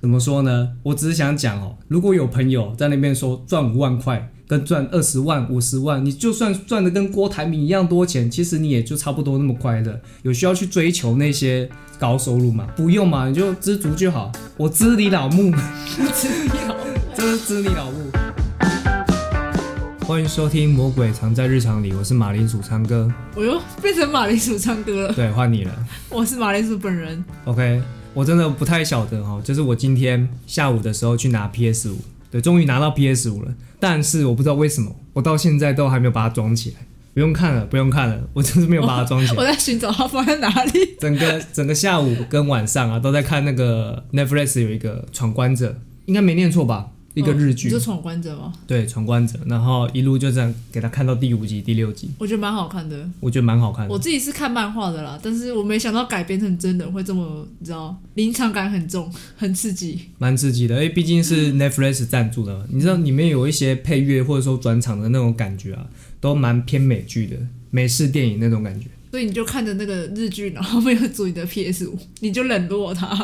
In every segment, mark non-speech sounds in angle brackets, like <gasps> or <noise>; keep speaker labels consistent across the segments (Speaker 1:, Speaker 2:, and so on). Speaker 1: 怎么说呢？我只是想讲哦，如果有朋友在那边说赚五万块跟赚二十万、五十万，你就算赚的跟郭台铭一样多钱，其实你也就差不多那么快乐。有需要去追求那些高收入吗？不用嘛，你就知足就好。我知你老母， <laughs> 真是知你老母。欢迎收听《魔鬼藏在日常里》，我是马铃薯唱歌，
Speaker 2: <laughs> 我又变成马铃薯唱歌了。
Speaker 1: 对，换你了。
Speaker 2: 我是马铃薯
Speaker 1: <laughs>
Speaker 2: 本人，
Speaker 1: OK，我真的不太晓得哈，就是我今天下午的时候去拿 PS 五，对，终于拿到 PS 五了，但是我不知道为什么，我到现在都还没有把它装起来。不用看了，不用看了，我就是没有把它
Speaker 2: <laughs>
Speaker 1: 装起
Speaker 2: 我
Speaker 1: 来。
Speaker 2: 在寻找它放在哪里。
Speaker 1: 整个整个下午跟晚上啊，都在看那个 Netflix 有一个《闯关者》，应该没念错吧？一个日剧，
Speaker 2: 哦你就闯关者吗？
Speaker 1: 对，《闯关者》，然后一路就这样给他看到第五集、第六集，
Speaker 2: 我觉得蛮好看的。
Speaker 1: 我觉得蛮好看的
Speaker 2: 我。自己是看漫画的啦，但是我没想到改编成真人会这么，你知道，临场感很重，很刺激。
Speaker 1: 蛮刺激的，因为毕竟是 Netflix 赞助的嘛，你知道里面有一些配乐或者说转场的那种感觉啊，都蛮偏美剧的，美式电影那种感觉。
Speaker 2: 所以你就看着那个日剧，然后没有煮你的 PS 五，你就冷落它，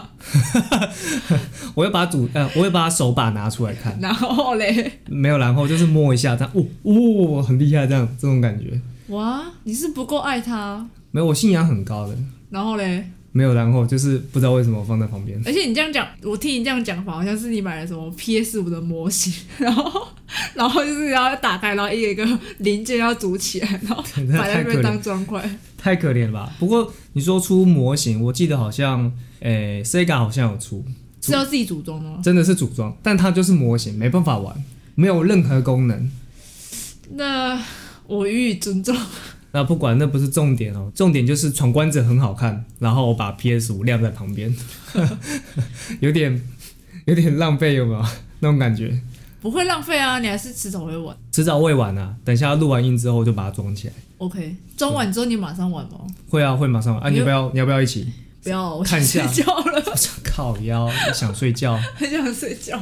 Speaker 1: 我会把主呃，我会把手把拿出来看，
Speaker 2: 然后嘞，
Speaker 1: 没有然后就是摸一下，这样，哦哦，很厉害，这样这种感觉。
Speaker 2: 哇，你是不够爱它，
Speaker 1: 没有，我信仰很高的，
Speaker 2: 然后嘞，
Speaker 1: 没有然后就是不知道为什么放在旁边。
Speaker 2: <laughs> 而且你这样讲，我听你这样讲法，好像是你买了什么 PS 五的模型， <laughs> 然后然后就是要打开，然后一个一个零件要组起来，然后摆 <laughs> 在那边当砖块。
Speaker 1: 太可怜了吧？不过你说出模型，我记得好像，诶、s e g a 好像有出，
Speaker 2: 是要自己组装的吗？
Speaker 1: 真的是组装，但它就是模型，没办法玩，没有任何功能。
Speaker 2: 那我予以尊重。
Speaker 1: 那不管，那不是重点哦，重点就是《闯关者》很好看，然后我把 PS 五晾在旁边， <laughs> 有点有点浪费，有没有那种感觉？
Speaker 2: <laughs> 不会浪费啊，你还是迟早会玩。
Speaker 1: 迟早会玩啊，等下录完音之后就把它装起来。
Speaker 2: OK，装完之后你马上玩吗？
Speaker 1: 会啊，会马上玩啊！你要不要？你要不要一起？ <laughs>
Speaker 2: 不要，我
Speaker 1: 看
Speaker 2: 想
Speaker 1: 一下
Speaker 2: 睡觉了， <laughs>
Speaker 1: 靠腰，想睡觉
Speaker 2: 很想睡觉。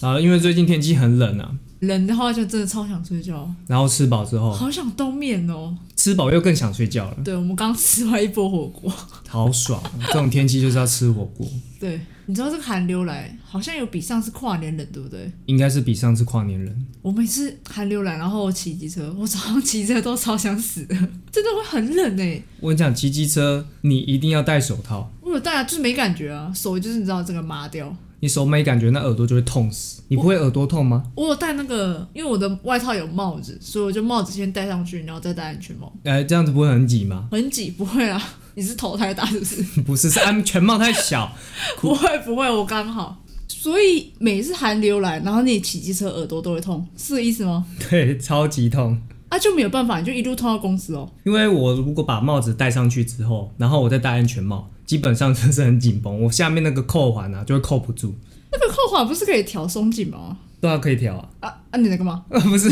Speaker 1: 啊！因为最近天气很冷啊，
Speaker 2: 冷的话就真的超想睡觉，
Speaker 1: 然后吃饱之后，
Speaker 2: 好想冬眠哦。
Speaker 1: 吃饱又更想睡觉了，
Speaker 2: 对，我们刚吃完一波火锅。
Speaker 1: 好爽！啊这种天气就是要吃火锅，
Speaker 2: 对，你知道这个寒流来，好像有比上次跨年冷，对不对？
Speaker 1: 应该是比上次跨年冷。
Speaker 2: 我每次寒流来，然后我骑机车，我早上骑车都超想死的， <laughs> 真的会很冷哎、
Speaker 1: 我跟你讲，骑机车你一定要戴手套。
Speaker 2: 我有大家就是没感觉啊，手就是你知道这个麻掉。
Speaker 1: 你手没感觉，那耳朵就会痛死。你不会耳朵痛吗？
Speaker 2: 我有戴那个，因为我的外套有帽子，所以我就帽子先戴上去，然后再戴安全帽。
Speaker 1: 哎、这样子不会很挤吗？ <laughs>
Speaker 2: 很挤，不会啊？ <laughs> 你是头太大是不是？
Speaker 1: 不是，是安全帽太小。 <laughs>
Speaker 2: 不会不会，我刚好。所以每次寒流来，然后你骑机车耳朵都会痛，是这个意思吗？
Speaker 1: 对，超级痛。
Speaker 2: 啊，就没有办法，你就一路痛到公司哦。
Speaker 1: 因为我如果把帽子戴上去之后，然后我再戴安全帽，基本上就是很紧绷，我下面那个扣环啊就会扣不住。
Speaker 2: 那个扣环不是可以调松紧吗？
Speaker 1: 对啊，可以调啊。 <laughs>
Speaker 2: 啊啊，你在干嘛？
Speaker 1: 呃，不是，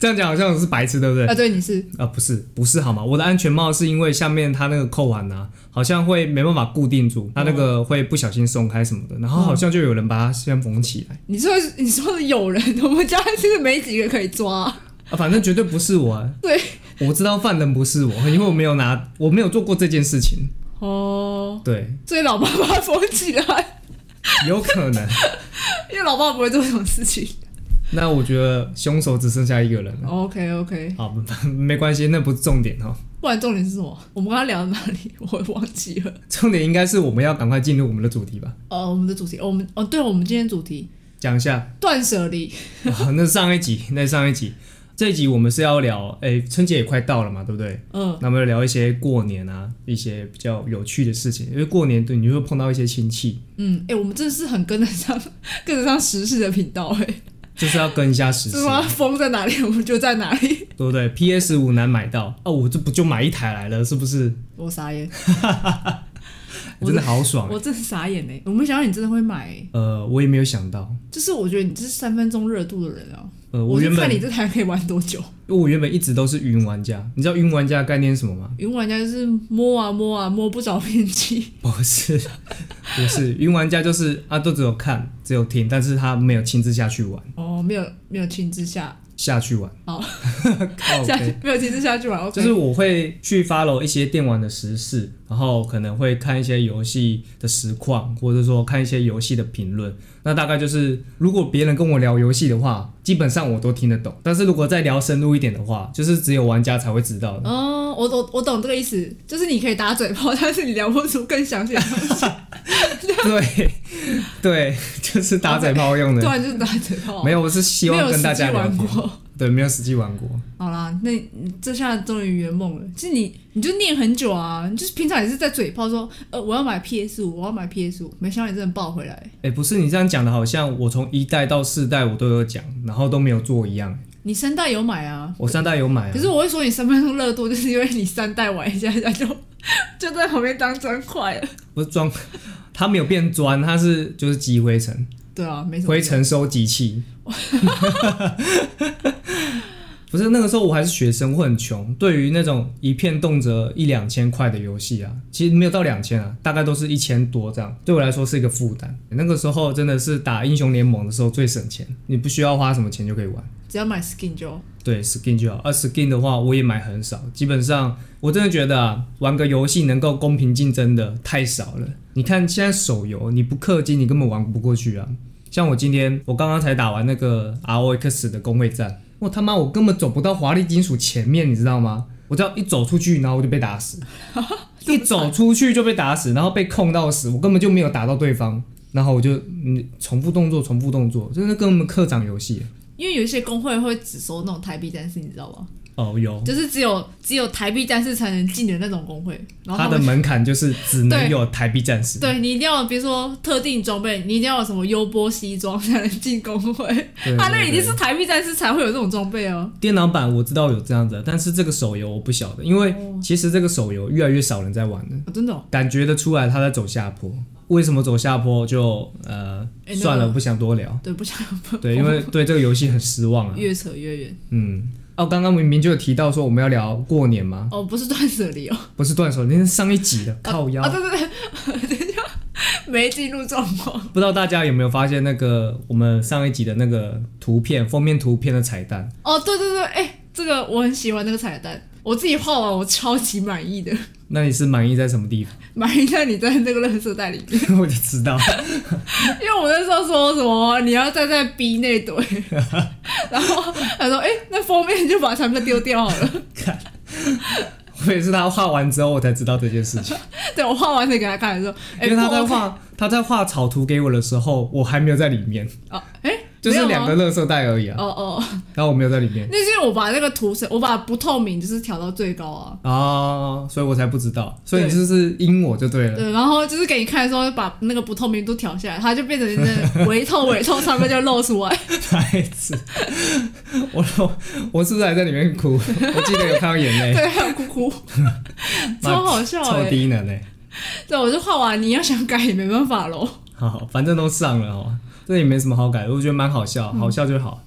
Speaker 1: 这样讲好像我是白痴，对不对？
Speaker 2: 啊，对，你是
Speaker 1: 啊、不是，不是好吗？我的安全帽是因为下面它那个扣环啊，好像会没办法固定住，它那个会不小心松开什么的，然后好像就有人把它先缝起来。
Speaker 2: 你说你说的有人，我们家其实没几个可以抓。
Speaker 1: 啊，反正绝对不是我、啊。
Speaker 2: 对，
Speaker 1: 我知道犯人不是我，因为我没有拿，我没有做过这件事情。
Speaker 2: 哦，
Speaker 1: 对，
Speaker 2: 所以老爸把它缝起来，
Speaker 1: 有可
Speaker 2: <laughs>
Speaker 1: 能。
Speaker 2: 因为老爸不会做这种事情。
Speaker 1: 那我觉得凶手只剩下一个人了。
Speaker 2: OK OK，
Speaker 1: 好， <laughs> 不没关系，那不是重点哦。
Speaker 2: 不然重点是什么？我们刚刚聊到哪里？我忘记了。
Speaker 1: 重点应该是我们要赶快进入我们的主题吧。
Speaker 2: 哦，我们的主题，哦我们哦，对，我们今天主题
Speaker 1: 讲一下，
Speaker 2: 断舍离。
Speaker 1: 啊、 <laughs> 那上一集，那上一集，这一集我们是要聊，哎、春节也快到了嘛，对不对？
Speaker 2: 嗯，
Speaker 1: 那我们就聊一些过年啊，一些比较有趣的事情，因为过年对你就会碰到一些亲戚，
Speaker 2: 嗯，哎、我们真的是很跟得上、 <laughs> 跟得上时事的频道、哎，
Speaker 1: 就是要跟一下时
Speaker 2: 是
Speaker 1: 事。
Speaker 2: 吗？风在哪里，我们就在哪里。
Speaker 1: 对不对？PS 五难买到哦，我这不就买一台来了，是不是？
Speaker 2: 我傻眼，我
Speaker 1: 真的好爽欸、
Speaker 2: 我真的傻眼哎、我没想到你真的会买、哎
Speaker 1: 呃，我也没有想到，
Speaker 2: 就是我觉得你这是三分钟热度的人啊。
Speaker 1: 呃，
Speaker 2: 我
Speaker 1: 我
Speaker 2: 就
Speaker 1: 原本
Speaker 2: 看你这台可以玩多久。
Speaker 1: 我原本一直都是云玩家，你知道云玩家的概念是什
Speaker 2: <laughs>
Speaker 1: 么吗？
Speaker 2: 云玩家就是摸啊摸啊摸不着边际，
Speaker 1: 不是，不是，云玩家
Speaker 2: 哦
Speaker 1: 就是啊，都只有看，只有听，但是他没有亲自下去玩。
Speaker 2: 哦，没有没有亲自下
Speaker 1: 下去玩。
Speaker 2: 哦，
Speaker 1: <laughs> 靠
Speaker 2: 下
Speaker 1: 北
Speaker 2: 去没有亲自下去玩
Speaker 1: 就
Speaker 2: ，OK，
Speaker 1: 是我会去 follow 一些电玩的时事，然后可能会看一些游戏的实况，或者说看一些游戏的评论。那大概就是，如果别人跟我聊游戏的话，基本上我都听得懂。但是如果再聊深入一点的话，就是只有玩家才会知道的。
Speaker 2: 哦，我我我懂这个意思，就是你可以打嘴炮， <laughs> 但是你聊不出
Speaker 1: <laughs>
Speaker 2: 更详细的东西，
Speaker 1: 对， <laughs> 对，就是打嘴炮用
Speaker 2: 突
Speaker 1: 的。
Speaker 2: 然就是打嘴炮，
Speaker 1: 没
Speaker 2: 有
Speaker 1: 有，我是希望跟大家
Speaker 2: 没有
Speaker 1: 聊
Speaker 2: 实际玩
Speaker 1: 天。
Speaker 2: 过。
Speaker 1: 对，没有实际玩过。
Speaker 2: 好啦，那你这下终于圆梦了。其实你你就念很久啊，你就是平常也是在嘴炮说，呃，我要买 PS 五，我要买 PS 五，没想到你真的抱回来。
Speaker 1: 哎，不是你这样讲的，好像我从一代到四代我都有讲，然后都没有做一样。
Speaker 2: 你三代有买啊，
Speaker 1: 我三代有买、啊
Speaker 2: 可，是我会说你三分钟热度，就是因为你三代玩一下下就就在旁边当砖块了。
Speaker 1: 不是装，它没有变砖，它是就是积灰尘，
Speaker 2: 对啊，没什么
Speaker 1: 灰尘收集器。 <laughs> 不是那个时候我还是学生，我很穷，对于那种一片动辄一两千块的游戏啊，其实没有到两千啊，大概都是一千多这样，对我来说是一个负担。那个时候真的是打英雄联盟的时候最省钱，你不需要花什么钱就可以玩。
Speaker 2: 用，只要买 skin 就好。
Speaker 1: 对 skin 就好，而 skin 的话我也买很少，基本上我真的觉得啊，玩个游戏能够公平竞争的太少了。你看现在手游，你不氪金你根本玩不过去啊。像我今天我刚刚才打完那个 ROX 的工会战，我他妈我根本走不到华丽金属前面，你知道吗？我只要一走出去，然后我就被打 <laughs> 死，一走出去就被打死，然后被控到死，我根本就没有打到对方，然后我就嗯重复动作，重复动作，真的跟我们课长游戏
Speaker 2: 因为有一些工会会只收那种台币战士，你知道吗？
Speaker 1: 哦有。
Speaker 2: 就是只有只有台币战士才能进的那种工会，然后
Speaker 1: 它
Speaker 2: 他
Speaker 1: 的
Speaker 2: 们
Speaker 1: 门槛就是只能有台币战士。
Speaker 2: 对你一定要，比如说特定装备，你一定要有什么优波西装才能进工会。
Speaker 1: 对
Speaker 2: 啊，那
Speaker 1: 对
Speaker 2: 一定
Speaker 1: 对
Speaker 2: 是台币战士才会有这种装备哦。
Speaker 1: 电脑版我知道有这样子，但是这个手游我不晓得，因为其实这个手游越来越少人在玩了，
Speaker 2: 哦真的、哦，
Speaker 1: 感觉得出来它在走下坡。为什么走下坡就呃
Speaker 2: 哎那个
Speaker 1: 算了，不想多聊。
Speaker 2: 对，不想 <laughs> 不
Speaker 1: 对，因为对这个游戏很失望啊。
Speaker 2: 哦越扯越远。
Speaker 1: 嗯，哦，刚刚明明就有提到说我们要聊过年嘛，
Speaker 2: 哦，不是断舍离哦， <laughs>
Speaker 1: 不是断手，那是上一集的靠腰
Speaker 2: 啊，。对对对，等一下没进入状况。
Speaker 1: 不知道大家有没有发现那个我们上一集的那个图片封面图片的彩蛋，
Speaker 2: 哦，对对对，哎、这个我很喜欢那个彩蛋，我自己画完我超级满意的，
Speaker 1: 那你是满意在什么地方？
Speaker 2: 满意在你在那个垃圾袋里面， <laughs>
Speaker 1: <laughs> 我就知道。
Speaker 2: 因为我那时候说什么你要站在 B 那堆， <laughs> 然后他说哎、那封面就把他们丢掉好了。 <laughs>
Speaker 1: 我也是他画完之后我才知道这件事情，
Speaker 2: 对我画完才给他看的时候，哎、
Speaker 1: 因为他在
Speaker 2: 不 OK
Speaker 1: 画他在画草图给我的时候，我还没有在里面，
Speaker 2: 啊，哎、
Speaker 1: 就是
Speaker 2: 没有
Speaker 1: 两
Speaker 2: 吗
Speaker 1: 个垃圾袋而已啊，
Speaker 2: 哦哦，
Speaker 1: 然后我没有在里面
Speaker 2: 那是因为我把那个图层，我把不透明就是调到最高啊。
Speaker 1: 啊，所以我才不知道，所以你
Speaker 2: 对
Speaker 1: 就是因我就对了。 <laughs>
Speaker 2: 对，然后就是给你看的时候，把那个不透明度调下来，它就变成那微透微透，上面就露出来。
Speaker 1: 孩子，我我是不是还在里面
Speaker 2: <laughs>
Speaker 1: 哭？我记得有看到眼泪，
Speaker 2: 对，还有哭哭，
Speaker 1: 妈
Speaker 2: 哎 <laughs> 超好笑哎、
Speaker 1: 超低能欸嘞。
Speaker 2: 对，我就画完，你要想改也没办法喽。
Speaker 1: 好，反正都上了哦，这也没什么好改，我觉得蛮好
Speaker 2: 嗯
Speaker 1: 笑，好笑就好。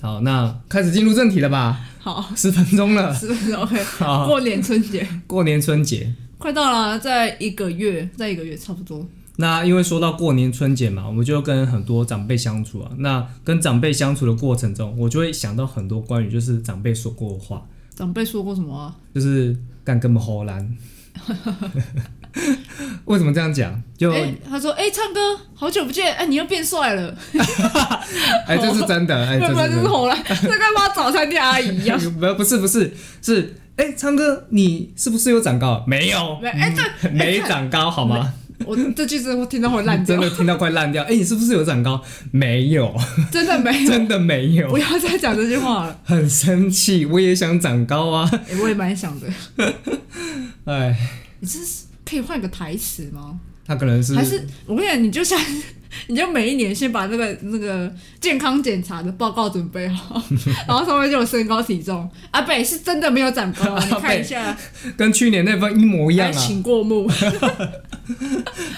Speaker 1: 好，那开始进入正题了吧？
Speaker 2: <laughs> 好，
Speaker 1: 十分钟了，
Speaker 2: 是不是 OK？
Speaker 1: 好，
Speaker 2: 过年春节
Speaker 1: 过年春节。
Speaker 2: 快到了，在一个月，在一个月差不多。
Speaker 1: 那因为说到过年春节嘛，我们就跟很多长辈相处啊。那跟长辈相处的过程中，我就会想到很多关于就是长辈说过的话，
Speaker 2: 长辈说过什么啊？
Speaker 1: 就是干根本荷兰。 <laughs> 为什么这样讲？就
Speaker 2: 哎、
Speaker 1: 哎、
Speaker 2: 他说，哎、唱歌，好久不见，哎、你又变帅了，
Speaker 1: 这是真的，哎、
Speaker 2: 要
Speaker 1: 这
Speaker 2: 不然
Speaker 1: 是
Speaker 2: 就是
Speaker 1: 真
Speaker 2: 红了，这跟妈早餐店阿姨啊一样。
Speaker 1: <laughs> 的。不，不是，不是，是哎、昌哥，你是不是有长高？没有，
Speaker 2: <laughs> 没哎、对，
Speaker 1: <laughs> 没长高，好吗？
Speaker 2: 我这句真的听到会烂
Speaker 1: <laughs> 真
Speaker 2: 掉，
Speaker 1: 的听到快烂掉。哎、你是不是有长高？没有，
Speaker 2: 真的没有，
Speaker 1: 真的没有
Speaker 2: <laughs> 不，要再讲这句话了。
Speaker 1: 很生气。我也想长高啊，
Speaker 2: 哎我也蛮想的，
Speaker 1: 哎。
Speaker 2: 你这是可以换个台词吗？
Speaker 1: 他可能是
Speaker 2: 还是我跟你讲，你就像 <laughs> 你就每一年先把那个那个健康检查的报告准备好， <laughs> 然后上面就有身高体重。阿北是真的没有长
Speaker 1: <laughs>
Speaker 2: 高啊，你看一下，
Speaker 1: 跟去年那份一模一样
Speaker 2: 还
Speaker 1: 啊，
Speaker 2: 请过目，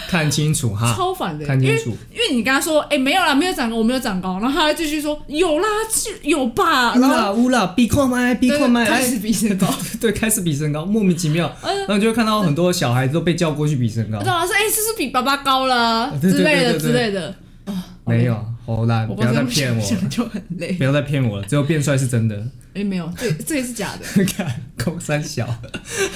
Speaker 1: 看清楚哈，
Speaker 2: <laughs> 超烦
Speaker 1: <laughs>
Speaker 2: 的。
Speaker 1: 看
Speaker 2: 因
Speaker 1: 清
Speaker 2: 为
Speaker 1: 楚，
Speaker 2: 因为你跟他说，哎、没有啦，没有长高，我没有长高，然后他还继续说有啦，是有吧，
Speaker 1: 乌
Speaker 2: 然后
Speaker 1: 啦乌啦，比矿麦，比
Speaker 2: 对
Speaker 1: 矿啊麦，
Speaker 2: 开
Speaker 1: 哎， <laughs>
Speaker 2: 始比身高。
Speaker 1: 对，开始比身高，莫名其妙，
Speaker 2: 嗯
Speaker 1: 然后你就会看到很多小孩子都被叫过去比身高
Speaker 2: 我，懂老师，哎、是不是比爸爸高了
Speaker 1: 啊对对
Speaker 2: 之
Speaker 1: 对
Speaker 2: 类
Speaker 1: 对对
Speaker 2: 的之类的。
Speaker 1: 没有，好啦，不
Speaker 2: 我光
Speaker 1: 要
Speaker 2: 是
Speaker 1: 再
Speaker 2: 用
Speaker 1: 骗
Speaker 2: 想
Speaker 1: 我
Speaker 2: <laughs>
Speaker 1: 了，
Speaker 2: 想就很累。
Speaker 1: 不要再骗我了，只有变帅是真的。 <laughs>
Speaker 2: 哎、没有，这这也是假的。
Speaker 1: 看，空三小， <laughs>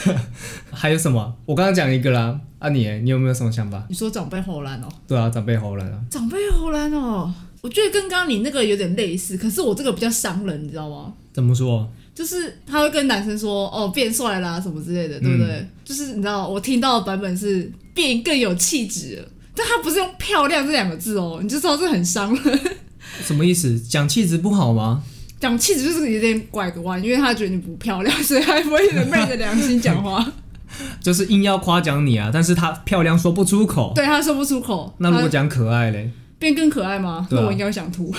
Speaker 1: 还有什么？我刚刚讲一个啦，啊你耶，你有没有什么想法？
Speaker 2: 你说长辈喉兰哦，
Speaker 1: 对啊，长辈喉咙啊，
Speaker 2: 长辈喉兰哦，我觉得跟刚刚你那个有点类似，可是我这个比较伤人，你知道吗？
Speaker 1: 怎么说？
Speaker 2: 就是他会跟男生说哦变帅啦什么之类的，对不对？
Speaker 1: 嗯
Speaker 2: 就是你知道我听到的版本是变更有气质了，但他不是用漂亮这两个字哦，你就知道这很伤人。
Speaker 1: 什么意思？讲气质不好吗？
Speaker 2: 讲气质就是有点拐个弯，因为他觉得你不漂亮，所以他不会昧着良心讲
Speaker 1: <laughs>
Speaker 2: 话。
Speaker 1: 就是硬要夸奖你啊，但是她漂亮说不出口。
Speaker 2: 对他说不出口，
Speaker 1: 那如果
Speaker 2: 他
Speaker 1: 讲可爱嘞？ <laughs>
Speaker 2: 变更可爱吗？
Speaker 1: 对啊
Speaker 2: 那我应该会想吐，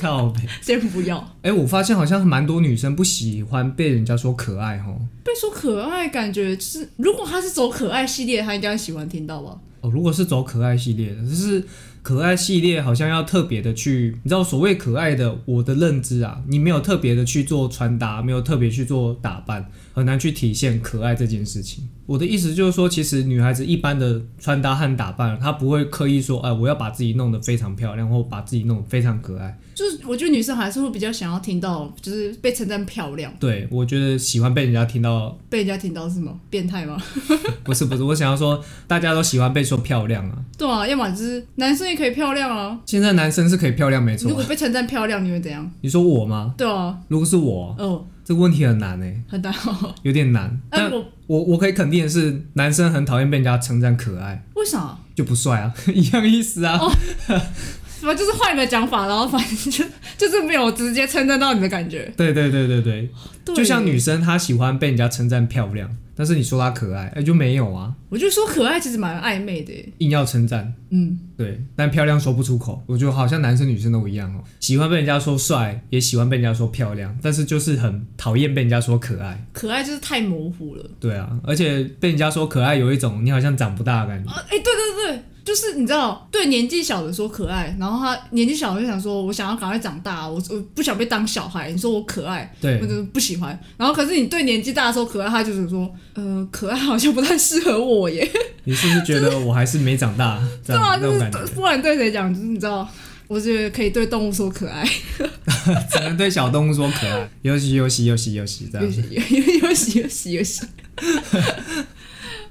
Speaker 1: 靠北！
Speaker 2: 先不要。
Speaker 1: 哎、我发现好像蛮多女生不喜欢被人家说可爱哦。
Speaker 2: 被说可爱，感觉就是如果他是走可爱系列，他应该喜欢听到吧？
Speaker 1: 哦，如果是走可爱系列的，就是可爱系列好像要特别的去，你知道所谓可爱的，我的认知啊，你没有特别的去做穿搭，没有特别去做打扮，很难去体现可爱这件事情。我的意思就是说，其实女孩子一般的穿搭和打扮，她不会刻意说，哎，我要把自己弄得非常漂亮，或把自己弄得非常可爱。
Speaker 2: 就是我觉得女生还是会比较想要听到，就是被称赞漂亮，
Speaker 1: 对我觉得喜欢被人家听到
Speaker 2: 被人家听到是什么变态吗？ <laughs>
Speaker 1: 不是不是，我想要说，大家都喜欢被说漂亮啊。
Speaker 2: 对啊，要么就是男生也可以漂亮啊。
Speaker 1: 现在男生是可以漂亮没
Speaker 2: 如
Speaker 1: 错啊
Speaker 2: 果，被称赞漂亮，你会怎样？
Speaker 1: 你说我吗？
Speaker 2: 对啊，
Speaker 1: 如果是我，
Speaker 2: 哦，
Speaker 1: 这个问题很难哎、
Speaker 2: 很大哦。
Speaker 1: 有点难。
Speaker 2: 哎、
Speaker 1: 但
Speaker 2: 我
Speaker 1: 我我可以肯定的是，男生很讨厌被人家称赞可爱，
Speaker 2: 为啥？
Speaker 1: 就不帅啊， <laughs> 一样意思啊。
Speaker 2: 反正就是换一个讲法，然后反正就 <laughs> 就是没有直接称赞到你的感觉。
Speaker 1: 对对对对对，
Speaker 2: 对
Speaker 1: 就像女，生她喜欢被人家称赞漂亮，但是你说她可爱，哎、就没有啊，
Speaker 2: 我就说可爱其实蛮暧昧的耶。
Speaker 1: 硬要称赞。
Speaker 2: 嗯，
Speaker 1: 对，但漂亮说不出口，我觉得好像男生女生都一样哦，喜欢被人家说帅，也喜欢被人家说漂亮，但是就是很讨厌被人家说可爱。
Speaker 2: 可爱就是太模糊了。
Speaker 1: 对啊，而且被人家说可爱，有一种你好像长不大的感觉。
Speaker 2: 啊，哎、对对对，就是你知道，对年纪小的说可爱，然后他年纪小的就想说，我想要赶快长大，啊我我不想被当小孩。你说我可爱，
Speaker 1: 对
Speaker 2: 我就是不喜欢。然后可是你对年纪大的时候可爱，他就是说，呃，可爱好像不太适合我耶。
Speaker 1: 你是不是觉得我还是没长大？这
Speaker 2: 对啊，
Speaker 1: 样那
Speaker 2: 就
Speaker 1: 种
Speaker 2: 是
Speaker 1: 感觉，
Speaker 2: 不管对谁讲，就是你知道，我觉得可以对动物说可爱，
Speaker 1: 只能对小动物说可爱，尤其尤其尤其尤其这
Speaker 2: 有
Speaker 1: 样。
Speaker 2: 喜有有喜有喜有喜。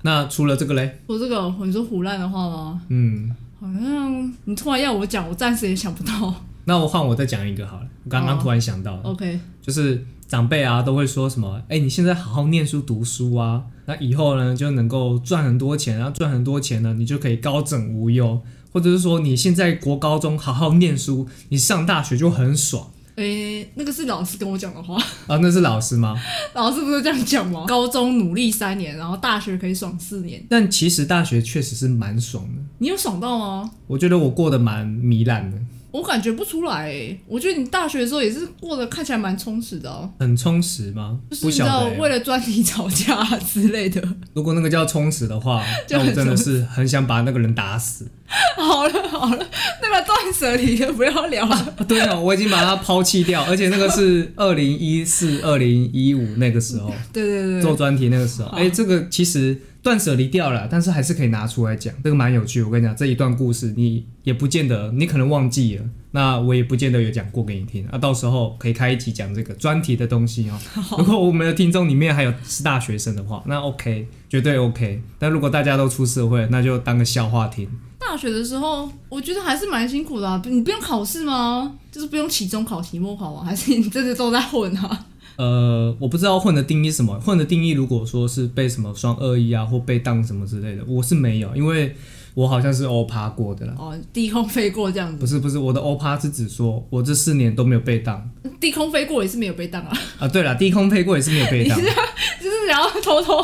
Speaker 1: 那除了这个嘞，
Speaker 2: 我这个你说胡乱的话吗？
Speaker 1: 嗯，
Speaker 2: 好像你突然要我讲，我暂时也想不到。
Speaker 1: 那我换我再讲一个好了。我刚刚
Speaker 2: 哦
Speaker 1: 突然想到的，
Speaker 2: OK，
Speaker 1: 就是长辈啊都会说什么，哎、你现在好好念书读书啊，那以后呢就能够赚很多钱，然后赚很多钱呢，你就可以高枕无忧，或者是说你现在国高中好好念书，你上大学就很爽
Speaker 2: 诶、那个是老师跟我讲的话。
Speaker 1: 啊。那是老师吗？
Speaker 2: 老师不是这样讲吗？高中努力三年，然后大学可以爽四年，
Speaker 1: 但其实大学确实是蛮爽的，
Speaker 2: 你有爽到吗？
Speaker 1: 我觉得我过得蛮糜烂的，
Speaker 2: 我感觉不出来、欸，我觉得你大学的时候也是过得看起来蛮充实的、哦，
Speaker 1: 很充实吗？
Speaker 2: 就是
Speaker 1: 不
Speaker 2: 你知
Speaker 1: 晓
Speaker 2: 道
Speaker 1: 得欸、
Speaker 2: 为了专题吵架之类的。 <laughs>
Speaker 1: 如果那个叫充实的话，
Speaker 2: 就
Speaker 1: 那我
Speaker 2: 很
Speaker 1: 真的是很想把那个人打死。
Speaker 2: 好了好了，那个断舍离的不要聊
Speaker 1: <laughs>
Speaker 2: 了，
Speaker 1: 啊对哦，我已经把他抛弃掉，而且那个
Speaker 2: <laughs>
Speaker 1: 是二零一四、二零一五那个时候
Speaker 2: 对对
Speaker 1: 做
Speaker 2: 对，
Speaker 1: 专题那个时候，
Speaker 2: 嗯好
Speaker 1: 哎、这个其实断舍离掉了，但是还是可以拿出来讲，这个蛮有趣。我跟你讲，这一段故事你也不见得，你可能忘记了，那我也不见得有讲过给你听。啊，到时候可以开一集讲这个专题的东西哦。如果我们的听众里面还有是大学生的话，那 OK，绝对 OK。但如果大家都出社会了，那就当个笑话听。
Speaker 2: <laughs> 大学的时候我觉得还是蛮辛苦的、啊，你不用考试吗？就是不用期中考、期末考吗？啊还是你真的都在混啊？
Speaker 1: 呃，我不知道混的定义是什么，混的定义如果说是被什么双二一啊或被当什么之类的，我是没有，因为我好像是欧趴过的啦。
Speaker 2: 哦，低空飞过这样子，
Speaker 1: 不是不是，我的欧趴是指说我这四年都没有被当
Speaker 2: 低空飞过也是没有被当啊。
Speaker 1: 啊。对了，低空飞过也是没有被当，
Speaker 2: 就是然后偷偷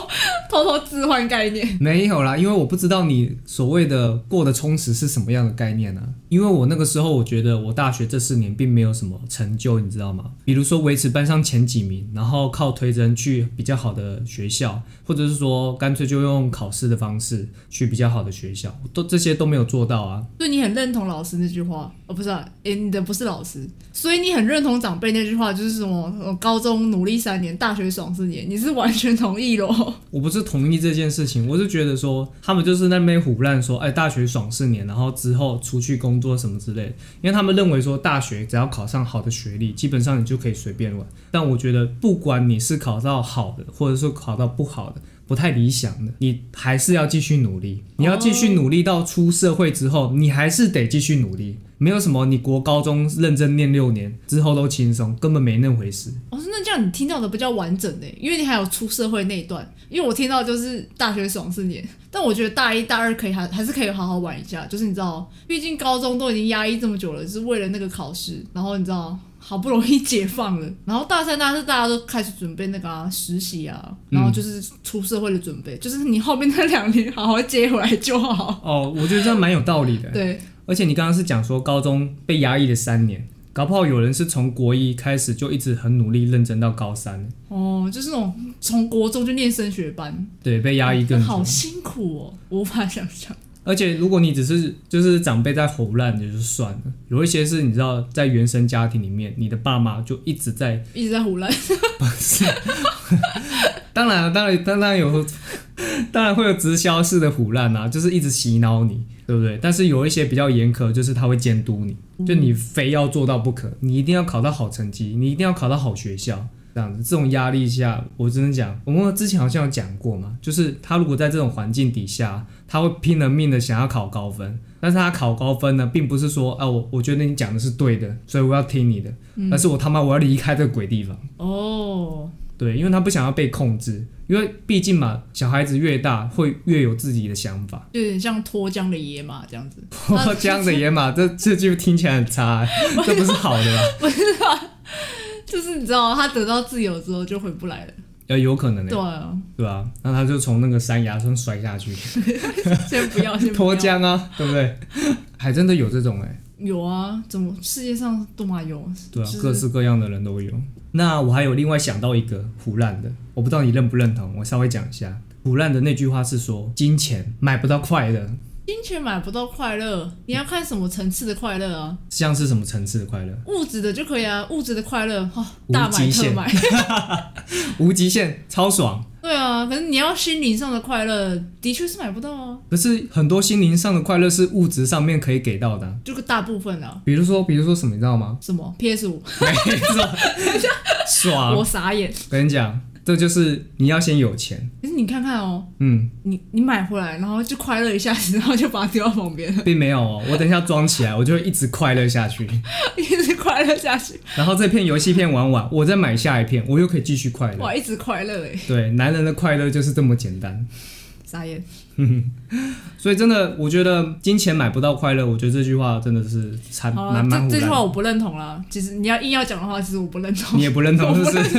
Speaker 2: 偷偷置换概念。
Speaker 1: 没有啦，因为我不知道你所谓的过得充实是什么样的概念呢、啊因为我那个时候我觉得我大学这四年并没有什么成就，你知道吗？比如说维持班上前几名，然后靠推甄去比较好的学校，或者是说干脆就用考试的方式去比较好的学校，都这些都没有做到啊。
Speaker 2: 所以你很认同老师那句话哦，不是、啊，诶、你的不是老师，哦所以你很认同长辈那句话，就是什么、呃高中努力三年，大学爽四年，你是完全全同意咯。
Speaker 1: 我不是同意这件事情，我是觉得说他们就是那边胡乱说，哎，大学爽四年，然后之后出去工作什么之类的，因为他们认为说大学只要考上好的学历，基本上你就可以随便玩。但我觉得不管你是考到好的，或者说考到不好的。不太理想的，你还是要继续努力。你要继续努力到出社会之后，你还是得继续努力。没有什么，你国高中认真念六年之后都轻松，根本没那回事。
Speaker 2: 哦，那这样你听到的不叫完整的，因为你还有出社会那一段。因为我听到就是大学爽四年，但我觉得大一、大二可以还还是可以好好玩一下。就是你知道，毕竟高中都已经压抑这么久了，就是为了那个考试，然后你知道。好不容易解放了，然后大三、大四大家都开始准备那个、啊、实习啊，然后就是出社会的准备，就是你后面那两年好好接回来就好。
Speaker 1: 哦，我觉得这样蛮有道理的。
Speaker 2: 对，
Speaker 1: 而且你刚刚是讲说高中被压抑了三年，搞不好有人是从国一开始就一直很努力认真到高三。
Speaker 2: 哦，就是那种从国中就念升学班，
Speaker 1: 对，被压抑更、
Speaker 2: 哦、好辛苦哦，我无法想象。
Speaker 1: 而且，如果你只是就是长辈在吼烂，也就算了。有一些是你知道，在原生家庭里面，你的爸妈就一直在
Speaker 2: 一直在吼烂。
Speaker 1: 不是，当然，当然，当然有， <laughs> 当然会有直销式的虎烂啊，就是一直洗脑你，对不对？但是有一些比较严苛，就是他会监督你，就你非要做到不可，你一定要考到好成绩，你一定要考到好学校。这样子，这种压力下，我只能讲，我们之前好像有讲过嘛，就是他如果在这种环境底下，他会拼了命的想要考高分，但是他考高分呢，并不是说，啊，我我觉得你讲的是对的，所以我要听你的，嗯、但是我他妈我要离开这个鬼地方。
Speaker 2: 哦，
Speaker 1: 对，因为他不想要被控制，因为毕竟嘛，小孩子越大会越有自己的想法，
Speaker 2: 就有点像脱缰的野马这样子。
Speaker 1: 脱缰的野马， <laughs> 这这句听起来很差、欸，这不是好的吗？
Speaker 2: 不是啊。 <laughs> 就是你知道，他得到自由之后就回不来了，
Speaker 1: <laughs> 呃，有可能的、欸，
Speaker 2: 对啊，
Speaker 1: 对啊，那他就从那个山崖上摔下去，
Speaker 2: 先不 <laughs> 要，先
Speaker 1: 脱缰啊，对不对？ <laughs> 还真的有这种哎、欸，
Speaker 2: 有啊，怎么世界上都嘛有，
Speaker 1: 对啊，
Speaker 2: 就是、
Speaker 1: 各式各样的人都有。那我还有另外想到一个胡乱的，我不知道你认不认同，我稍微讲一下，胡乱的那句话是说，金钱买不到快乐。
Speaker 2: 金钱买不到快乐，你要看什么层次的快乐啊？
Speaker 1: 像是什么层次的快乐？
Speaker 2: 物质的就可以啊，物质的快乐哈、哦，大买特买，
Speaker 1: 无极限，超爽。
Speaker 2: <laughs> 对啊，可是你要心灵上的快乐，的确是买不到啊。
Speaker 1: 可是很多心灵上的快乐是物质上面可以给到的、啊，
Speaker 2: 就是大部分啊。
Speaker 1: 比如说，比如说什么，你知道吗？
Speaker 2: 什么？PS 五？
Speaker 1: 没错，爽。
Speaker 2: 我傻眼。
Speaker 1: 跟你讲。这就是你要先有钱，
Speaker 2: 可是你看看哦，
Speaker 1: 嗯，
Speaker 2: 你你买回来，然后就快乐一下子，然后就把它丢到旁边了， <laughs>
Speaker 1: 并没有哦。我等一下装起来，我就会一直快乐下去，
Speaker 2: 一直快乐下去。
Speaker 1: 然后这片游戏片玩完，我再买下一片，我又可以继续快乐。
Speaker 2: 哇，一直快乐哎！
Speaker 1: 对，男人的快乐就是这么简单。
Speaker 2: 傻眼。
Speaker 1: 所以真的，我觉得金钱买不到快乐。我觉得这句话真的是惨蛮蛮。
Speaker 2: 啊这这句话我不认同啦。其实你要硬要讲的话，其实我不认同。
Speaker 1: 你也不认同，是不是？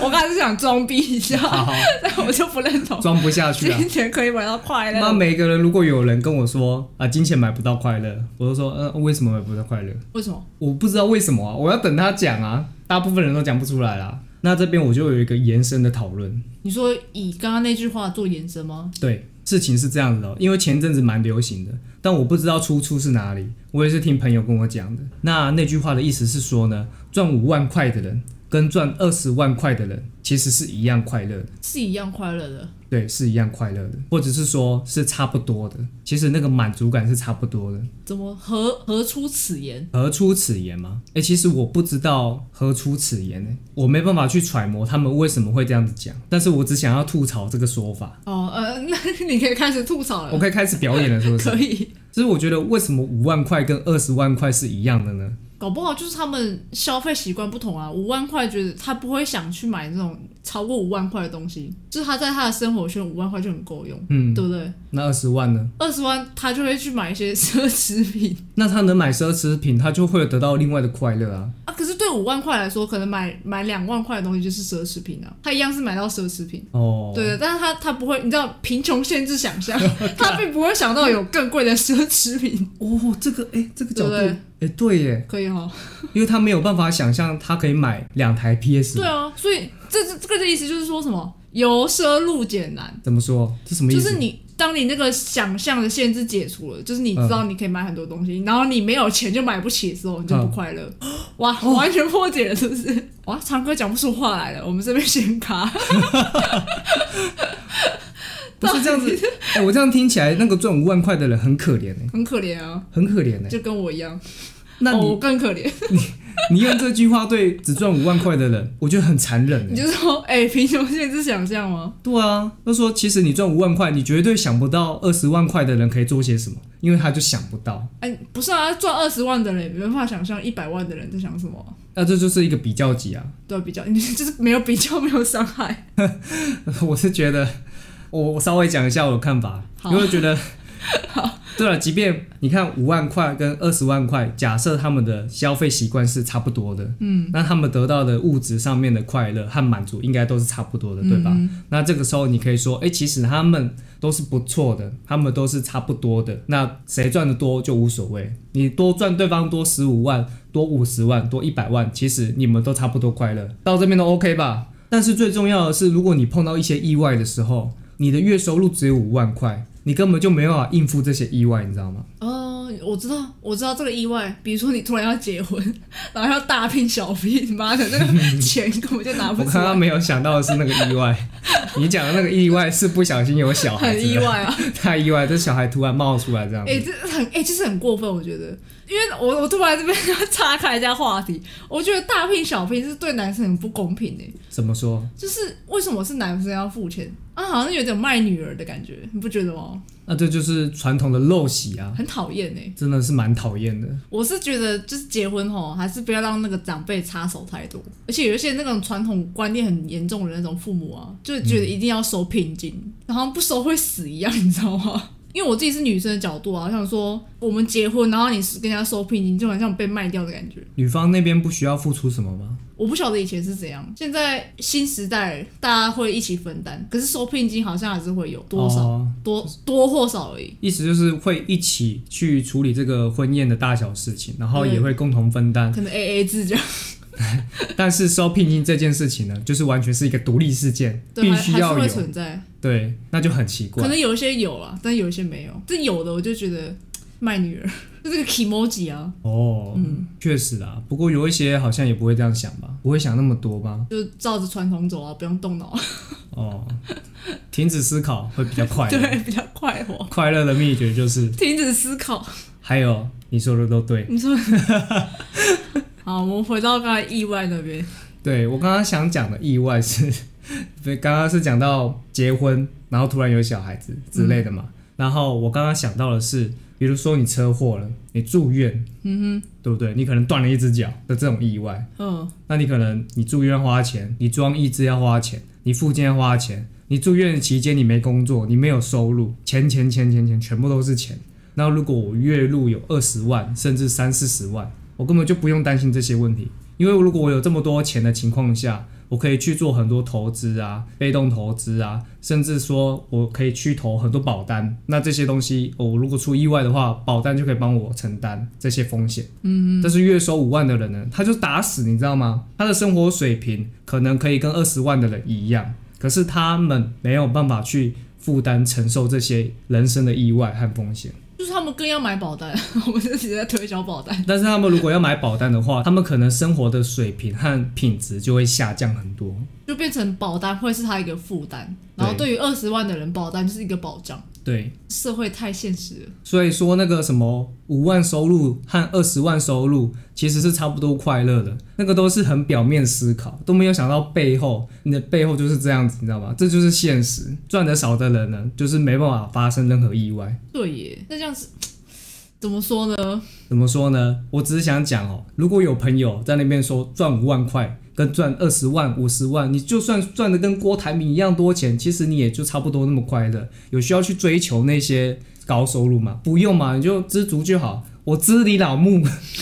Speaker 2: 我刚才是想装逼一下，
Speaker 1: <laughs> 好
Speaker 2: 但我就不认同。
Speaker 1: 装不下去啊！
Speaker 2: 金钱可以买到快
Speaker 1: <laughs>
Speaker 2: 乐。
Speaker 1: 那每个人如果有人跟我说啊，金钱买不到快乐，我就说，嗯、呃，为什么买不到快乐？
Speaker 2: 为什么？
Speaker 1: 我不知道为什么啊！我要等他讲啊，大部分人都讲不出来啦。那这边我就有一个延伸的讨论。
Speaker 2: 你说以刚刚那句话做延伸吗？
Speaker 1: 对，事情是这样子的、喔，因为前阵子蛮流行的，但我不知道出处是哪里，我也是听朋友跟我讲的。那那句话的意思是说呢，赚五万块的人跟赚二十万块的人其实是一样快乐的，
Speaker 2: 是一样快乐的。
Speaker 1: 对，是一样快乐的，或者是说是差不多的。其实那个满足感是差不多的。
Speaker 2: 怎么何何出此言？
Speaker 1: 何出此言吗？哎、欸，其实我不知道何出此言呢、欸，我没办法去揣摩他们为什么会这样子讲。但是我只想要吐槽这个说法。
Speaker 2: 哦，呃，那 <laughs> 你可以开始吐槽了。
Speaker 1: 我可以开始表演了，是不是？
Speaker 2: 可以。
Speaker 1: 就是我觉得为什么五万块跟二十万块是一样的呢？
Speaker 2: 搞不好就是他们消费习惯不同啊。五万块觉得他不会想去买那种超过五万块的东西，就是他在他的生活圈五万块就很够用，
Speaker 1: 嗯，
Speaker 2: 对不对？
Speaker 1: 那二十万呢？
Speaker 2: 二十万他就会去买一些奢侈品。
Speaker 1: 那他能买奢侈品，他就会得到另外的快乐啊。
Speaker 2: 啊，可是对五万块来说，可能买买两万块的东西就是奢侈品啊，他一样是买到奢侈品。
Speaker 1: 哦，
Speaker 2: 对的，但是他他不会，你知道贫穷限制想
Speaker 1: <laughs>
Speaker 2: 象，他并不会想到有更贵的奢侈品。
Speaker 1: 哦，这个哎，这个角度。
Speaker 2: 对
Speaker 1: 哎、欸，对耶，
Speaker 2: 可以哈、哦，
Speaker 1: 因为他没有办法想象他可以买两台 PS。
Speaker 2: 对啊，所以这这这个的意思就是说什么由奢入俭难？
Speaker 1: 怎么说？这什么意
Speaker 2: 思？就是你当你那个想象的限制解除了，就是你知道你可以买很多东西，然后你没有钱就买不起的时候，你就不快乐。
Speaker 1: 嗯
Speaker 2: <gasps> 哇，
Speaker 1: 哦
Speaker 2: 完全破解了，是不是？哇，长哥讲不出话来了，我们这边先卡。
Speaker 1: 不是这样子，哎、我这样听起来，那个赚五万块的人很可怜哎、
Speaker 2: 很可
Speaker 1: <laughs>
Speaker 2: 怜啊，
Speaker 1: 很可怜哎、
Speaker 2: 就跟我一样。
Speaker 1: 那
Speaker 2: 哦、
Speaker 1: 你、
Speaker 2: 我更可
Speaker 1: <laughs>
Speaker 2: 怜，
Speaker 1: 你用这句话对只赚五万块的人， <laughs> 我觉得很残忍哎、
Speaker 2: 你就说，哎、贫穷限制想象吗？
Speaker 1: 对啊，他说其实你赚五万块，你绝对想不到二十万块的人可以做些什么，因为他就想不到。
Speaker 2: 哎、不是啊，赚二十万的人也没办法想象一百万的人在想什么啊、
Speaker 1: 那这就是一个比较级啊！ <laughs>
Speaker 2: 对，比较， <laughs> 你就是没有比较，没有伤害。
Speaker 1: 我是觉得，我我稍微讲一下我的看法，
Speaker 2: 好
Speaker 1: 因为我觉得，
Speaker 2: <laughs>
Speaker 1: 对啊了，即便你看五万块跟二十万块，假设他们的消费习惯是差不多的，嗯，那他们得到的物质上面的快乐和满足应该都是差不多的，对吧？
Speaker 2: 嗯
Speaker 1: 那这个时候你可以说，哎、其实他们都是不错的，他们都是差不多的，那谁赚的多就无所谓，你多赚对方多十五万，多五十万，多一百万，其实你们都差不多快乐，到这边都 OK 吧？但是最重要的是，如果你碰到一些意外的时候，你的月收入只有五万块，你根本就没办法应付这些意外，你知道吗？
Speaker 2: 哦，我知道，我知道这个意外，比如说你突然要结婚，然后要大聘小聘，妈的，那个钱根本就拿不
Speaker 1: 我
Speaker 2: 出
Speaker 1: 刚
Speaker 2: 来
Speaker 1: 刚，没有想到的是那个意外，你讲的那个意外是不小心有小孩
Speaker 2: 很
Speaker 1: 子
Speaker 2: 意
Speaker 1: 的，
Speaker 2: 外啊！
Speaker 1: <laughs> 太意外，这小孩突然冒出来这样子
Speaker 2: 哎、。这很哎、其实很过分，我觉得，因为我我突然这边要岔开一下话题，我觉得大聘小聘是对男生很不公平的、
Speaker 1: 怎么说？
Speaker 2: 就是为什么是男生要付钱啊？好像有点卖女儿的感觉，你不觉得吗？
Speaker 1: 那这就是传统的陋习啊，
Speaker 2: 很讨厌哎！
Speaker 1: 真的是蛮讨厌的。
Speaker 2: 我是觉得就是结婚吼，还是不要让那个长辈插手太多。而且有一些那种传统观念很严重的那种父母啊，就觉得一定要收聘金，然后不收会死一样，你知道吗？ <laughs> 因为我自己是女生的角度啊，我想说我们结婚，然后你是跟人家收聘金，就很像被卖掉的感觉。
Speaker 1: 女方那边不需要付出什么吗？
Speaker 2: 我不晓得以前是怎样，现在新时代大家会一起分担，可是收聘金好像还是会有多少、
Speaker 1: 哦
Speaker 2: 多多或少而已。
Speaker 1: 意思就是会一起去处理这个婚宴的大小事情，然后也
Speaker 2: 对
Speaker 1: 会共同分担。
Speaker 2: 可能 A A 制这样，
Speaker 1: 但是收聘金这件事情呢，就是完全是一个独立事件，
Speaker 2: 对，
Speaker 1: 必
Speaker 2: 还
Speaker 1: 须
Speaker 2: 还是
Speaker 1: 要
Speaker 2: 会
Speaker 1: 有。
Speaker 2: 存在。
Speaker 1: 对，那就很奇
Speaker 2: 可
Speaker 1: 怪。
Speaker 2: 能有一些有啦，但有一些没有。这有的我就觉得卖女儿， <laughs> 就这个 emoji 啊，
Speaker 1: 哦，确实啦。不过有一些好像也不会这样想吧，不会想那么多吧？
Speaker 2: 就照着传统走啊，不用动脑， <laughs>
Speaker 1: 哦，停止思考会比较快乐。
Speaker 2: <laughs> 对，比较快活。 <laughs>
Speaker 1: 快乐的秘诀就是，
Speaker 2: 停止思考，
Speaker 1: 还有你说的都对。
Speaker 2: 你说。好，我们回到刚才意外那边。
Speaker 1: 对我刚刚想讲的意外是， <laughs> 对，刚刚是讲到结婚，然后突然有小孩子之类的嘛。然后我刚刚想到的是，比如说你车祸了，你住院，嗯哼，对不对？你可能断了一只脚的这种意外，
Speaker 2: 嗯，
Speaker 1: 那你可能你住院要花钱，你装义肢要花钱，你复健要花钱，你住院的期间你没工作，你没有收入，钱钱钱钱钱，全部都是钱。那如果我月入有二十万，甚至三四十万，我根本就不用担心这些问题，因为如果我有这么多钱的情况下，我可以去做很多投资啊，被动投资啊，甚至说我可以去投很多保单。那这些东西，我如果出意外的话，保单就可以帮我承担这些风险。嗯但是月收五万的人呢，他就打死，你知道吗？他的生活水平可能可以跟二十万的人一样，可是他们没有办法去负担承受这些人生的意外和风险。
Speaker 2: 就是他们更要买保单， <laughs> 我们就直接在推销保单。
Speaker 1: 但是他们如果要买保单的话，他们可能生活的水平和品质就会下降很多。
Speaker 2: 就变成保单会是他一个负担，然后对于二十万的人，保单就是一个保障。
Speaker 1: 对，
Speaker 2: 社会太现实了，
Speaker 1: 所以说那个什么五万收入和二十万收入其实是差不多快乐的，那个都是很表面思考，都没有想到背后，你的背后就是这样子，你知道吗？这就是现实。赚得少的人呢，就是没办法发生任何意外。
Speaker 2: 对耶。那这样子怎么说呢？ <laughs>
Speaker 1: 怎么说呢？我只是想讲哦，如果有朋友在那边说赚五万块跟赚二十万、五十万，你就算赚的跟郭台铭一样多钱，其实你也就差不多那么快乐。有需要去追求那些高收入吗？不用嘛，你就知足就好。我知你老母， <laughs>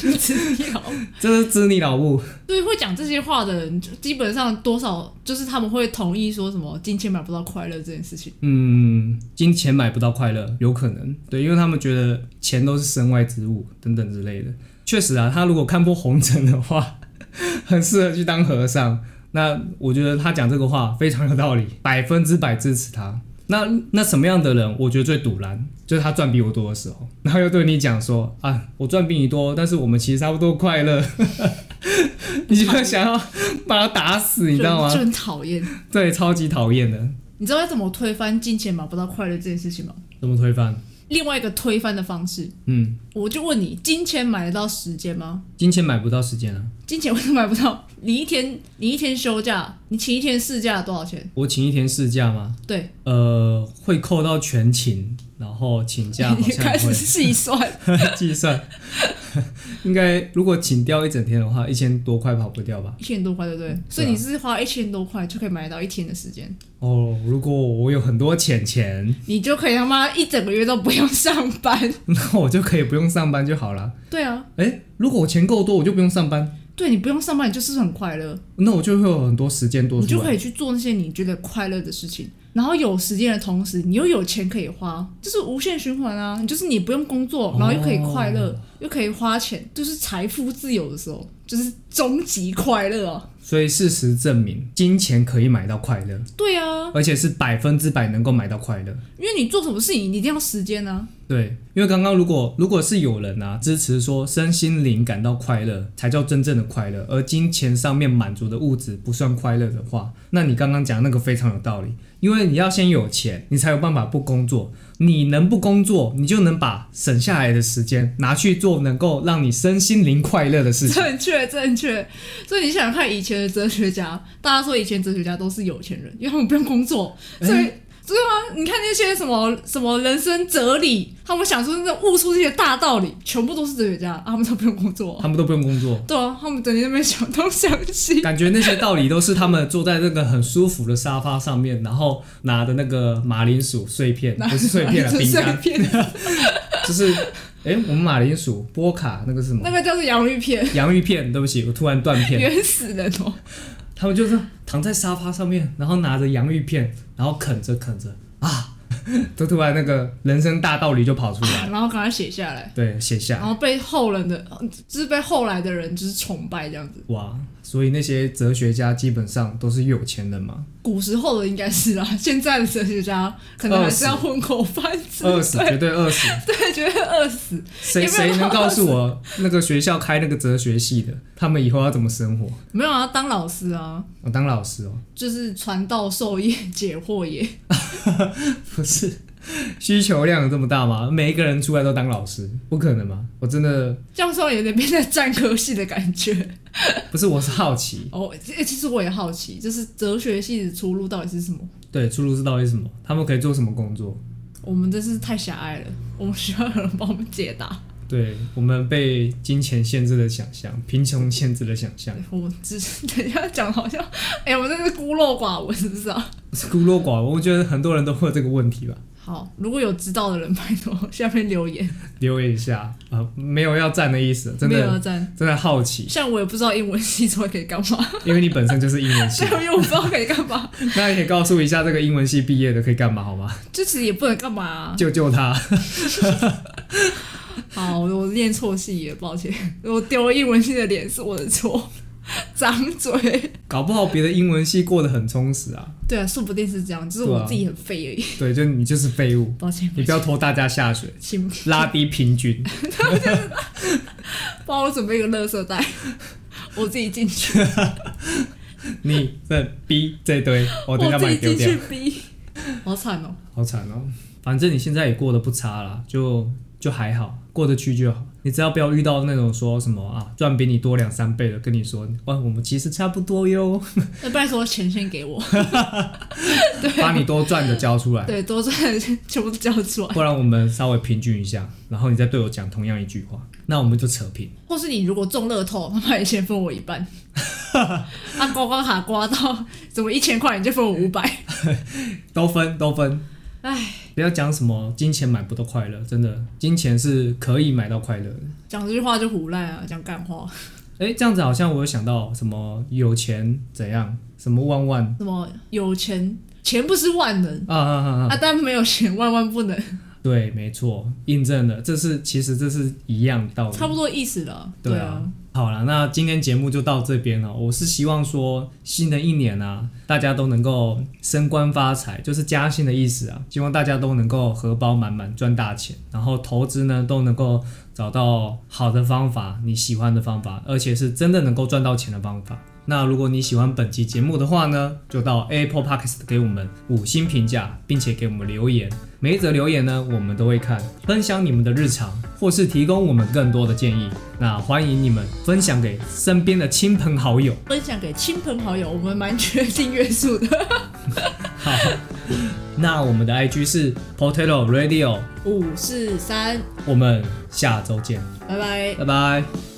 Speaker 1: 这是知你老母。
Speaker 2: 对，会讲这些话的人，就基本上多少就是他们会同意说什么金钱买不到快乐这件事情。
Speaker 1: 嗯，金钱买不到快乐，有可能对，因为他们觉得钱都是身外之物等等之类的。确实啊，他如果看破红尘的话， <laughs> 很适合去当和尚。那我觉得他讲这个话非常有道理，百分之百支持他。那那什么样的人，我觉得最堵拦，就是他赚比我多的时候，然后又对你讲说啊，我赚比你多，但是我们其实差不多快乐， <laughs> 你就会想要把他打死，你知道
Speaker 2: 就
Speaker 1: 吗？
Speaker 2: 很讨厌。
Speaker 1: 对，超级讨厌的。
Speaker 2: 你知道要怎么推翻金钱买不到快乐这件事情吗？
Speaker 1: 怎么推翻？
Speaker 2: 另外一个推翻的方式，
Speaker 1: 嗯，
Speaker 2: 我就问你，金钱买得到时间吗？
Speaker 1: 金钱买不到时间啊。
Speaker 2: 金钱为什么买不到？你一天你一天休假，你请一天事假多少钱？
Speaker 1: 我请一天事假吗？
Speaker 2: 对，
Speaker 1: 呃，会扣到全勤，然后请假好
Speaker 2: <laughs> 你
Speaker 1: 像
Speaker 2: 开
Speaker 1: 也
Speaker 2: 始
Speaker 1: 会
Speaker 2: 细算，
Speaker 1: <laughs> 计算， <laughs> 应该如果请掉一整天的话，一千多块跑不掉吧？
Speaker 2: 一千多块，对不
Speaker 1: 啊
Speaker 2: 对？所以你是花一千多块就可以买到一天的时间，
Speaker 1: 哦，如果我有很多钱钱， <laughs>
Speaker 2: 你就可以他妈一整个月都不用上班。
Speaker 1: 那我就可以不用上班就好了。
Speaker 2: 对啊，
Speaker 1: 哎，如果我钱够多，我就不用上班，
Speaker 2: 对你不用上班，你就是很快乐，
Speaker 1: 那我就会有很多时间多
Speaker 2: 你就
Speaker 1: 出
Speaker 2: 可
Speaker 1: 来。
Speaker 2: 以去做那些你觉得快乐的事情。然后有时间的同时，你又有钱可以花，就是无限循环啊！你就是你不用工作，
Speaker 1: 哦
Speaker 2: 然后又可以快乐，又可以花钱，就是财富自由的时候，就是终极快乐啊！
Speaker 1: 所以事实证明，金钱可以买到快乐，
Speaker 2: 对啊，
Speaker 1: 而且是百分之百能够买到快乐。
Speaker 2: 因为你做什么事情，你一定要时间啊。
Speaker 1: 对，因为刚刚如果如果是有人啊支持说身心灵感到快乐才叫真正的快乐，而金钱上面满足的物质不算快乐的话，那你刚刚讲那个非常有道理，因为你要先有钱，你才有办法不工作。你能不工作，你就能把省下来的时间拿去做能够让你身心灵快乐的事
Speaker 2: <laughs>
Speaker 1: 情。
Speaker 2: 正确，正确。所以你想想看，以前的哲学家，大家说以前哲学家都是有钱人，因为他们不用工作，所以。所以啊，你看那些什么什么人生哲理，他们想出那悟出这些大道理，全部都是哲学家，啊、他们都不用工作。
Speaker 1: 他们都不用工作，
Speaker 2: 对啊，他们整天在那边想东想西，
Speaker 1: 感觉那些道理都是他们坐在那个很舒服的沙发上面，然后拿的那个马铃薯碎
Speaker 2: <laughs>
Speaker 1: 片， <laughs> 不是碎片啊，
Speaker 2: 是
Speaker 1: 饼
Speaker 2: 碎
Speaker 1: 干，
Speaker 2: 片，
Speaker 1: <laughs> 就是，哎、我们马铃薯、波卡那个是什么
Speaker 2: 那？个叫做洋芋片，
Speaker 1: 洋芋片，对不起，我突然断 <laughs>
Speaker 2: <laughs>
Speaker 1: 片。
Speaker 2: 原始人哦。
Speaker 1: 他们就是躺在沙发上面，然后拿着洋芋片，然后啃着啃着啊， <laughs> 都突然那个人生大道理就跑出
Speaker 2: <laughs>
Speaker 1: 来，
Speaker 2: 然后赶快写下来，
Speaker 1: 对，写
Speaker 2: 然
Speaker 1: 下
Speaker 2: 后被后人的，就是被后来的人就是崇拜这样子。
Speaker 1: 哇。所以那些哲学家基本上都是有钱人嘛，
Speaker 2: 古时候的应该是啦、啊现在的哲学家可能还是要混口饭吃，
Speaker 1: 饿死绝对饿死。
Speaker 2: <laughs> 对，绝对饿死。
Speaker 1: 谁
Speaker 2: 有没有
Speaker 1: 谁能告诉我那个学校开那个哲学系的，他们以后要怎么生活？
Speaker 2: 没有啊，当老师啊，
Speaker 1: 我当老师哦，
Speaker 2: 就是传道授业解惑也。
Speaker 1: <laughs> 不是需求量有这么大吗？每一个人出来都当老师，不可能吗？我真的
Speaker 2: 这样说有点变成战科系的感觉 <laughs>
Speaker 1: 不是，我是好奇，
Speaker 2: 哦。诶其实我也好奇，就是哲学系的出路到底是什么？
Speaker 1: 对，出入是到底是什么？他们可以做什么工作？
Speaker 2: 我们真是太狭隘了，我们需要有人帮我们解答。 <laughs>
Speaker 1: 对我们被金钱限制了想象，贫穷限制了想象， <laughs>
Speaker 2: 我们只是等一下讲好像， <laughs> 哎、我们真是孤陋寡闻，是不是啊？
Speaker 1: 孤陋寡闻。我觉得很多人都会有这个问题吧。
Speaker 2: 好，如果有知道的人，拜托下面留言，
Speaker 1: 留言一下啊、呃没有要赞的意思，真
Speaker 2: 没有啊
Speaker 1: 的
Speaker 2: 要赞。
Speaker 1: 真的好奇，
Speaker 2: 像我也不知道英文系之后可以干嘛，
Speaker 1: 因为你本身就是英文系
Speaker 2: <laughs> 对，，因为我不知道可以干嘛， <laughs>
Speaker 1: 那你可以告诉一下这个英文系毕业的可以干嘛好吗？
Speaker 2: 就其实也不能干嘛啊、
Speaker 1: 救救他！
Speaker 2: 好，我念错戏了，抱歉， <laughs> 我丢了英文系的脸是我的错， <laughs> 张嘴。
Speaker 1: 搞不好别的英文系过得很充实啊。
Speaker 2: 对啊，说不定是这样，只是
Speaker 1: 对
Speaker 2: 我
Speaker 1: 啊
Speaker 2: 自己很废而已。
Speaker 1: 对，就你就是废物，
Speaker 2: 抱歉，
Speaker 1: 你不要拖大家下水，
Speaker 2: 请
Speaker 1: 拉低平均。
Speaker 2: 帮我准备一个垃圾袋， <laughs> 我自己进去，
Speaker 1: 你这逼这
Speaker 2: <laughs>
Speaker 1: 堆，我等一下把
Speaker 2: 自
Speaker 1: 你
Speaker 2: 己
Speaker 1: 丢
Speaker 2: 进
Speaker 1: 掉
Speaker 2: 去。逼，好惨哦。
Speaker 1: 好惨哦！反正你现在也过得不差啦，就就还好，过得去就好。你只要不要遇到那种说什么啊，赚比你多两三倍的，跟你说，哇，我们其实差不多
Speaker 2: <laughs>
Speaker 1: 哟，
Speaker 2: 那拜托钱先给
Speaker 1: 啊
Speaker 2: 我，
Speaker 1: 把你多赚的交出来，
Speaker 2: 对，多赚的钱 <laughs> 全部交出来。
Speaker 1: 不然我们稍微平均一下，然后你再对我讲同样一句话，那我们就扯平。
Speaker 2: 或是你如果中乐透，他妈也先分我一半。啊，刮刮卡刮到怎么一千块你就分我五百？
Speaker 1: 都分都分。
Speaker 2: 唉，
Speaker 1: 不要讲什么金钱买不到快乐，真的，金钱是可以买到快乐的。
Speaker 2: 讲这句话就胡乱啊，讲干话，
Speaker 1: 哎，这样子好像我有想到什么有钱怎样，什么万万
Speaker 2: 什么有钱钱不是万能
Speaker 1: 啊啊啊啊！
Speaker 2: 啊，但没有钱万万不能，
Speaker 1: 对，没错，印证了，这是其实这是一样道理。
Speaker 2: 差不多意思了。
Speaker 1: 对
Speaker 2: 啊
Speaker 1: 啊，好了，那今天节目就到这边了。哦我是希望说，新的一年啊，大家都能够升官发财，就是加薪的意思啊。希望大家都能够荷包满满，赚大钱，然后投资呢都能够找到好的方法，你喜欢的方法，而且是真的能够赚到钱的方法。那如果你喜欢本期节目的话呢，就到 Apple Podcast 给我们五星评价，并且给我们留言。每一则留言呢，我们都会看，分享你们的日常，或是提供我们更多的建议。那欢迎你们分享给身边的亲朋好友。
Speaker 2: 分享给亲朋好友，我们蛮缺订阅数的。
Speaker 1: 好，那我们的 IG 是 Potato Radio，
Speaker 2: 五四三，
Speaker 1: 我们下周见，
Speaker 2: 拜拜。
Speaker 1: 拜拜。